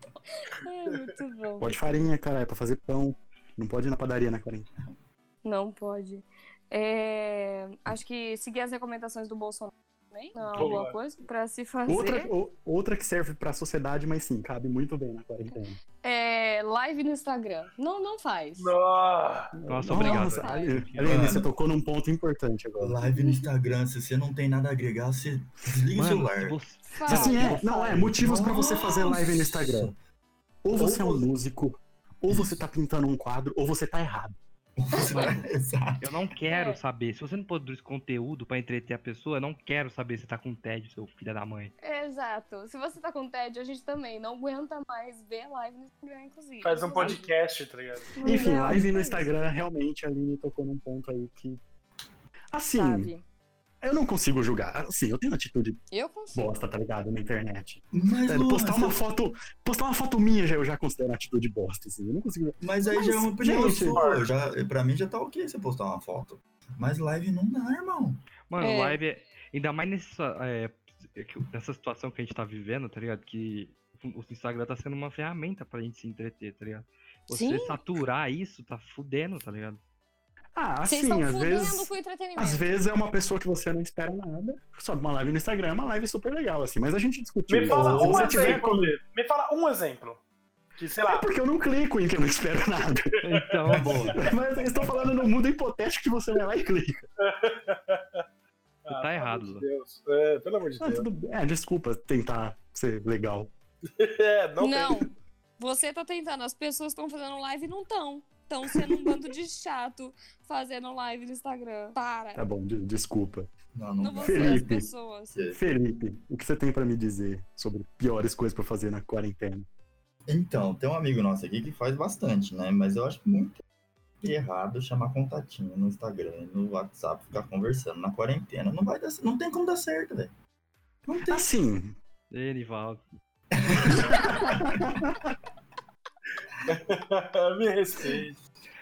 É muito bom.
Pode farinha, caralho, é pra fazer pão. Não pode ir na padaria né, na quarentena.
Não pode. É, Acho que seguir as recomendações do Bolsonaro também. Não,
Boa.
alguma coisa pra se fazer.
Outra, o- outra que serve pra sociedade, mas sim, cabe muito bem na quarentena.
É, live no Instagram. Não, não faz.
Nossa.
Nossa, obrigado.
Nossa,
velho.
Aline,
Mano.
Aline, você tocou num ponto importante agora.
Live no Instagram, se você não tem nada a agregar, você desliga o
Mano,
celular.
se você...
Faz.
Assim, é, não, é, motivos pra você fazer live no
Nossa.
Instagram. Ou você é um músico, ou você tá pintando um quadro, ou você tá errado.
tá- Exato.
Eu não quero
É.
saber. Se você não produz conteúdo pra entreter a pessoa, eu não quero saber se você tá com tédio, seu filho da mãe.
Exato. Se você tá com tédio, a gente também não aguenta mais ver live no Instagram, inclusive.
Faz um podcast, tá ligado?
Não,
Enfim,
não,
live no
faz.
Instagram, realmente a Aline tocou num ponto aí que. Assim,
Sabe?
eu não consigo julgar. Assim, eu tenho atitude
Eu consigo.
bosta, tá ligado? Na internet.
Mas,
Sério,
Luan,
postar uma
você-
foto. Postar uma foto minha já eu já considero atitude bosta, assim. Eu não consigo.
mas aí
Mas,
já é uma opinião
gente,
sua. eu Já, pra mim já tá ok você postar uma foto. Mas live não dá, irmão.
Mano,
É.
live é. Ainda mais nessa, é, que- nessa situação que a gente tá vivendo, tá ligado? Que o Instagram tá sendo uma ferramenta pra gente se entreter, tá ligado? Você
Sim.
saturar isso, tá fudendo, tá ligado?
Ah,
Vocês
assim,
estão
às
fudendo
vezes.
com o entretenimento.
Às vezes é uma pessoa que você não espera nada, sobe uma live no Instagram, é uma live super legal, assim, mas a gente discutiu.
Me fala
se
um
você tiver
exemplo. Me fala um exemplo. Que, sei
É
lá,
porque eu não clico em que eu não espero nada.
Ah,
Então,
É
tá
bom, você
Mas eu estou falando no mundo hipotético que você vai lá e clica.
Ah,
tá errado. Lu.
Pelo amor de Deus. É, pelo amor de
Ah,
Deus.
tudo bem. É, desculpa tentar ser legal.
É, não,
Não,
tem.
você tá tentando, as pessoas estão fazendo live e não estão. Estão sendo um bando de chato fazendo live no Instagram. Para.
Tá bom, de- desculpa.
Não, não,
Não
dá.
vou ser as
Felipe.
pessoas.
Felipe, o que você tem pra me dizer sobre piores coisas pra fazer na quarentena?
Então, tem um amigo nosso aqui que faz bastante, né? Mas eu acho muito errado chamar contatinho no Instagram, no WhatsApp, ficar conversando na quarentena. Não vai dar, não tem como dar certo, velho. Não tem.
Assim,
Erivaldo.
Me respeite.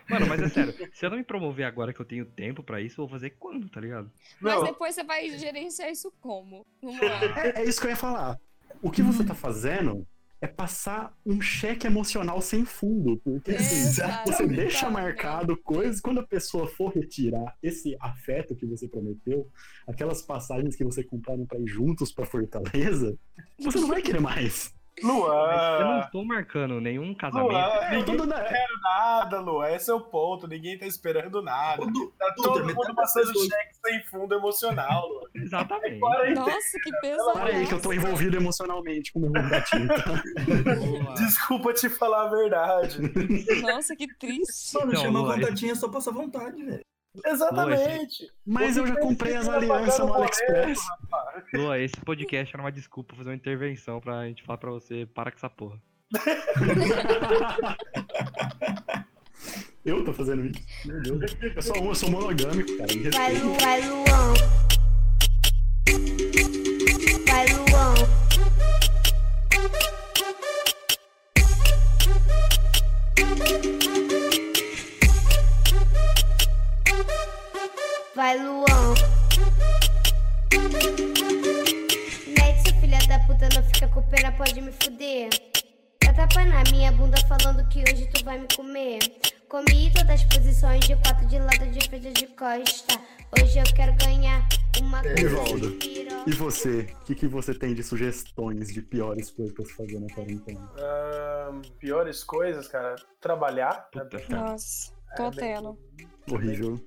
Mano, mas é sério, se eu não me promover agora que eu tenho tempo pra isso, eu vou fazer quando, tá ligado?
Mas é
Não,
depois você vai gerenciar isso como? Vamos lá.
é, é isso que eu ia falar. O que você tá fazendo é passar um cheque emocional sem fundo, porque assim,
Exato.
você deixa
Exatamente.
marcado coisas, quando a pessoa for retirar esse afeto que você prometeu, aquelas passagens que você compraram pra ir juntos pra Fortaleza, você não vai querer mais.
Ah.
Mas é eu
Luan,
não tô marcando nenhum casamento.
Luan,
Eu tô
ninguém
dando-
nada, Luan. Esse é o ponto. Ninguém tá esperando nada.
Tudo-
Tá
tudo,
todo
metade
mundo
das
passando
pessoas-
cheque sem fundo emocional, Luan.
É
Exatamente.
Agora entendi.
Nossa, que pesadelo.
Para aí que eu tô envolvido emocionalmente com o meu gatinho, tá?
Boa.
Desculpa te falar a verdade.
Nossa, que triste.
Tá.
Mano,
Então,
chamar
Luan,
contatinho é só passar vontade, velho.
Exatamente.
Mas eu já comprei as
Você tá
alianças
pagando
no AliExpress.
Lua, esse podcast era uma desculpa fazer uma intervenção pra gente falar pra você, para com essa porra.
Eu tô fazendo isso. Meu Deus. Eu sou, eu sou monogâmico, cara. Me
Vai
respeita.
Luan, vai Luan. Vai Luan. Vai Luan. Mete seu filha da puta, não fica com pena, pode me fuder. Tá tapa na minha bunda falando que hoje tu vai me comer. Comi todas as posições, de quatro, de lado, de frente, de costa. Hoje eu quero ganhar uma coisa.
Rivaldo,
de piroca.
E você? O que, que você tem de sugestões de piores coisas pra se fazer na quarentena?
Ahn, piores coisas, cara. Trabalhar. né?
Puta, tá. cara.
Nossa, tô tendo.
Horrível.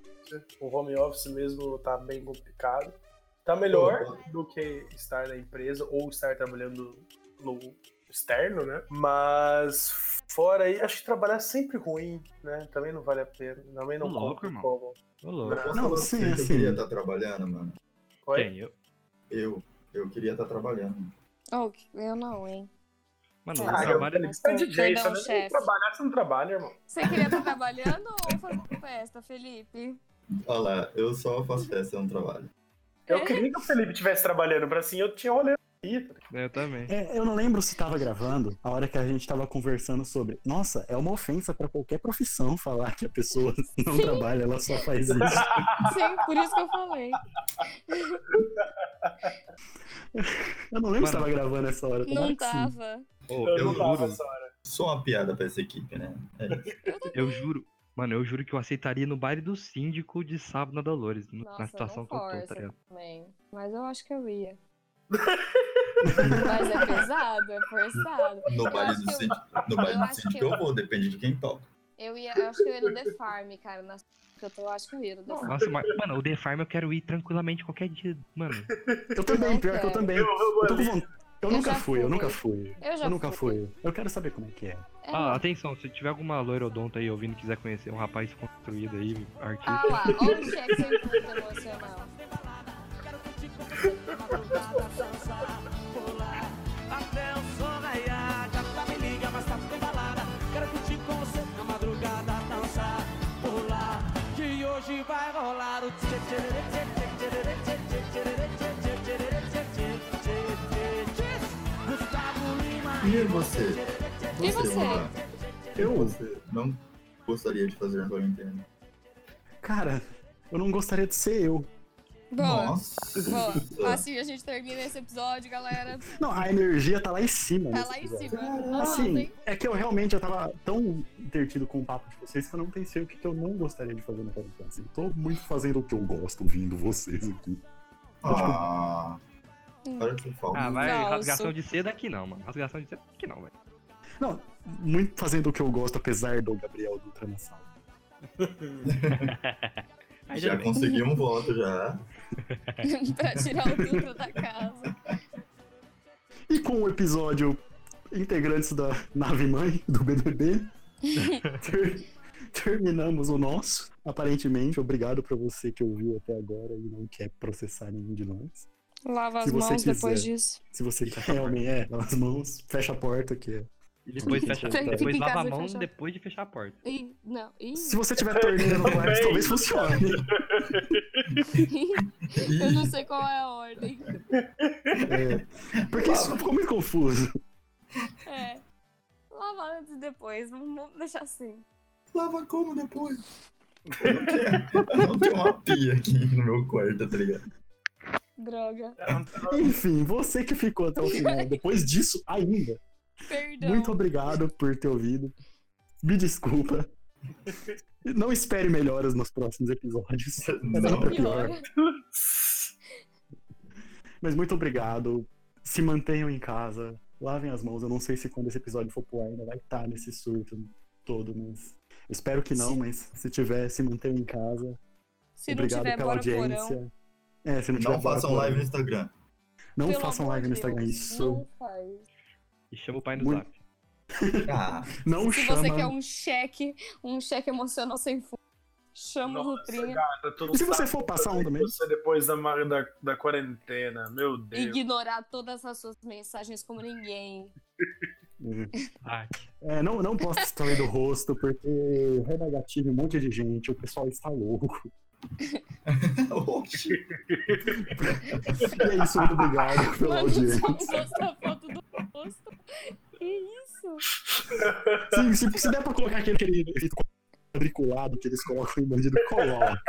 O home office mesmo tá bem complicado. Tá melhor do que estar na empresa ou estar trabalhando no externo, né? Mas fora aí, acho que trabalhar é sempre ruim, né? Também não vale a pena. Também não
Ô, louco,
conta
irmão.
como.
Ô, Lua.
Posso
Não,
falar pra
sim,
você que
sim.
Eu queria estar trabalhando, mano.
Oi?
Quem? Eu?
Eu, eu queria estar trabalhando.
Oh, eu não, hein?
Mano,
Ah,
eu
eu-
trabalho.
Mas,
Você é DJ,
perdão,
você não
chefe.
trabalhar, você não trabalha, irmão.
Você queria estar trabalhando ou fazendo festa, Felipe?
Olha lá, eu só faço festa, eu não trabalho.
Eu queria que o Felipe estivesse trabalhando, pra assim eu tinha rolê aqui.
Eu também.
É, eu não lembro se tava gravando a hora que a gente tava conversando sobre. Nossa, é uma ofensa pra qualquer profissão falar que a pessoa não trabalha, ela só faz isso.
Sim, por isso que eu falei.
Eu não lembro se
Mano.
tava gravando essa hora. assim? tomara
Não
que sim.
tava.
Ô,
Eu,
eu,
não tava né?
juro,
essa hora.
Só uma piada pra essa equipe, né?
eu juro. Mano, eu juro que eu aceitaria no baile do síndico de sábado na Dolores, no-
Nossa,
na situação
não
que eu tô, tá
força.
ligado?
Também. Mas eu acho que eu ia. Mas é pesado, é forçado.
No
Eu
baile
acho
do
que eu-
síndico, no baile
eu
do
acho
síndico
que eu-
eu vou, depende de quem toca.
Eu ia, eu acho que eu ia no The Farm, cara. Na... Eu tô, eu acho que eu ia no The Farm.
Nossa, mas, mano, o The Farm eu quero ir tranquilamente qualquer dia, mano.
Eu também,
Não
pior que eu
quero.
também.
Eu,
Eu,
eu,
tô
eu,
com vontade. Eu,
Eu
nunca
já
fui, eu
fui.
nunca fui.
Eu já
Eu nunca
fui.
fui. Eu quero saber como é que é.
É.
Ah, atenção, se tiver alguma loirodonta aí ouvindo e quiser conhecer um rapaz construído aí, artista.
Ah lá, olha o cheque sem fundo emocional.
E você?
E você?
Luan?
Eu?
Você não gostaria de fazer um na quarentena?
Cara, eu não gostaria de ser eu.
Boa,
Nossa!
boa. Assim a gente termina esse episódio, galera.
Não, a energia tá lá em cima.
Tá
nesse
lá em
episódio.
cima.
Assim,
Anotem.
é que eu realmente eu tava tão entretido com o papo de vocês que eu não pensei o que, que eu não gostaria de fazer na quarentena. Assim, tô muito fazendo o que eu gosto, ouvindo vocês aqui.
Ah,
Hum.
para que falta.
Ah, vai,
Falso.
rasgação de seda aqui não, mano. Rasgação de seda aqui não, velho.
Não, muito fazendo o que eu gosto, apesar do Gabriel Dutra na sala.
Aí já
já
vem.
consegui um voto já.
pra tirar o Dutra da casa.
E com o episódio integrantes da nave mãe do BBB, ter- terminamos o nosso. Aparentemente, obrigado pra você que ouviu até agora e não quer processar nenhum de nós.
Lava
Se
as
você
mãos depois
quiser.
disso.
tá Se você quer, homem, é, lava as mãos, fecha a porta, que é
E depois, fecha,
Você fica
depois
em
lava a
casa e
mão
fecha-
depois de fechar a porta.
Ih, não. Ih,
Se você tiver torneira no quarto, talvez funcione.
eu não sei qual é a ordem.
É, porque isso ficou muito confuso.
É. Lavar antes e depois, vamos deixar assim.
Lava como depois? Eu não quero. Eu não tenho uma pia aqui no meu quarto, tá ligado?
Droga.
É. Enfim, você que ficou até o final, depois disso ainda,
Perdão.
muito obrigado por ter ouvido. Me desculpa. Não espere melhoras nos próximos episódios.
Não.
Sempre é
Pior.
pior. Mas muito obrigado. Se mantenham em casa. Lavem as mãos. Eu não sei se quando esse episódio for pro ar ainda vai estar nesse surto todo, mas. Espero que não, mas se tiver, se mantenham em casa.
Se
obrigado
não tiver
pela
bora
audiência.
porão.
É, se não tiver
Não
bora
façam
porão.
live no Instagram.
Não
pelo
façam
amor
live no
de
Instagram.
Deus,
Isso.
Não faz.
E chama o pai no
Muito-
zap.
Ah,
Não
Se
chama.
você quer um cheque, um cheque emocional sem fundo, chama o
Nossa,
Rutrinha.
gata, tu não
E se você
né? sabe
for passar um também?
Você depois da, mar- da, da quarentena, meu Deus.
Ignorar todas as suas mensagens como ninguém.
Ah,
É, não, não posto story do rosto, porque vai dar gatilho em um monte de gente, o pessoal está louco.
oxi.
E é isso, muito obrigado pela
Mano,
audiência.
só posta a foto do rosto. Que isso?
Sim, se, se der pra colocar aquele, aquele efeito quadriculado que eles colocam em bandido, coloca.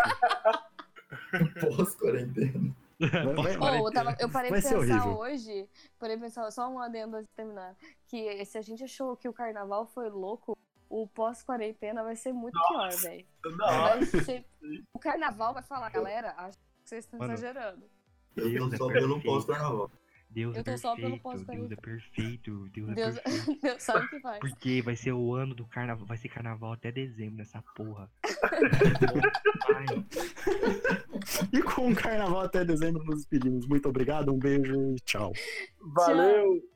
Pós-quarentena.
Vai- vai-
Ô, eu, tava- eu parei
Vai
pra
ser
pensar
horrível.
hoje, parei pra pensar, só um adendo antes de terminar, que se a gente achou que o carnaval foi louco, o pós-quarentena vai ser muito pior, velho.
Não,
Vai ser- O carnaval vai falar, galera, acho que vocês estão
Mano,
exagerando.
Eu
Deus
tô
é
só pelo
perfeito.
pós-carnaval.
Deus é
Eu tô só pelo
perfeito, Deus é
pós-quarentena.
perfeito, Deus é
Deus,
perfeito.
Deus sabe o que faz.
Porque vai ser o ano do carnaval, vai ser carnaval até dezembro nessa porra.
E com o carnaval até dezembro nos pedimos. Muito obrigado, um beijo e tchau.
valeu.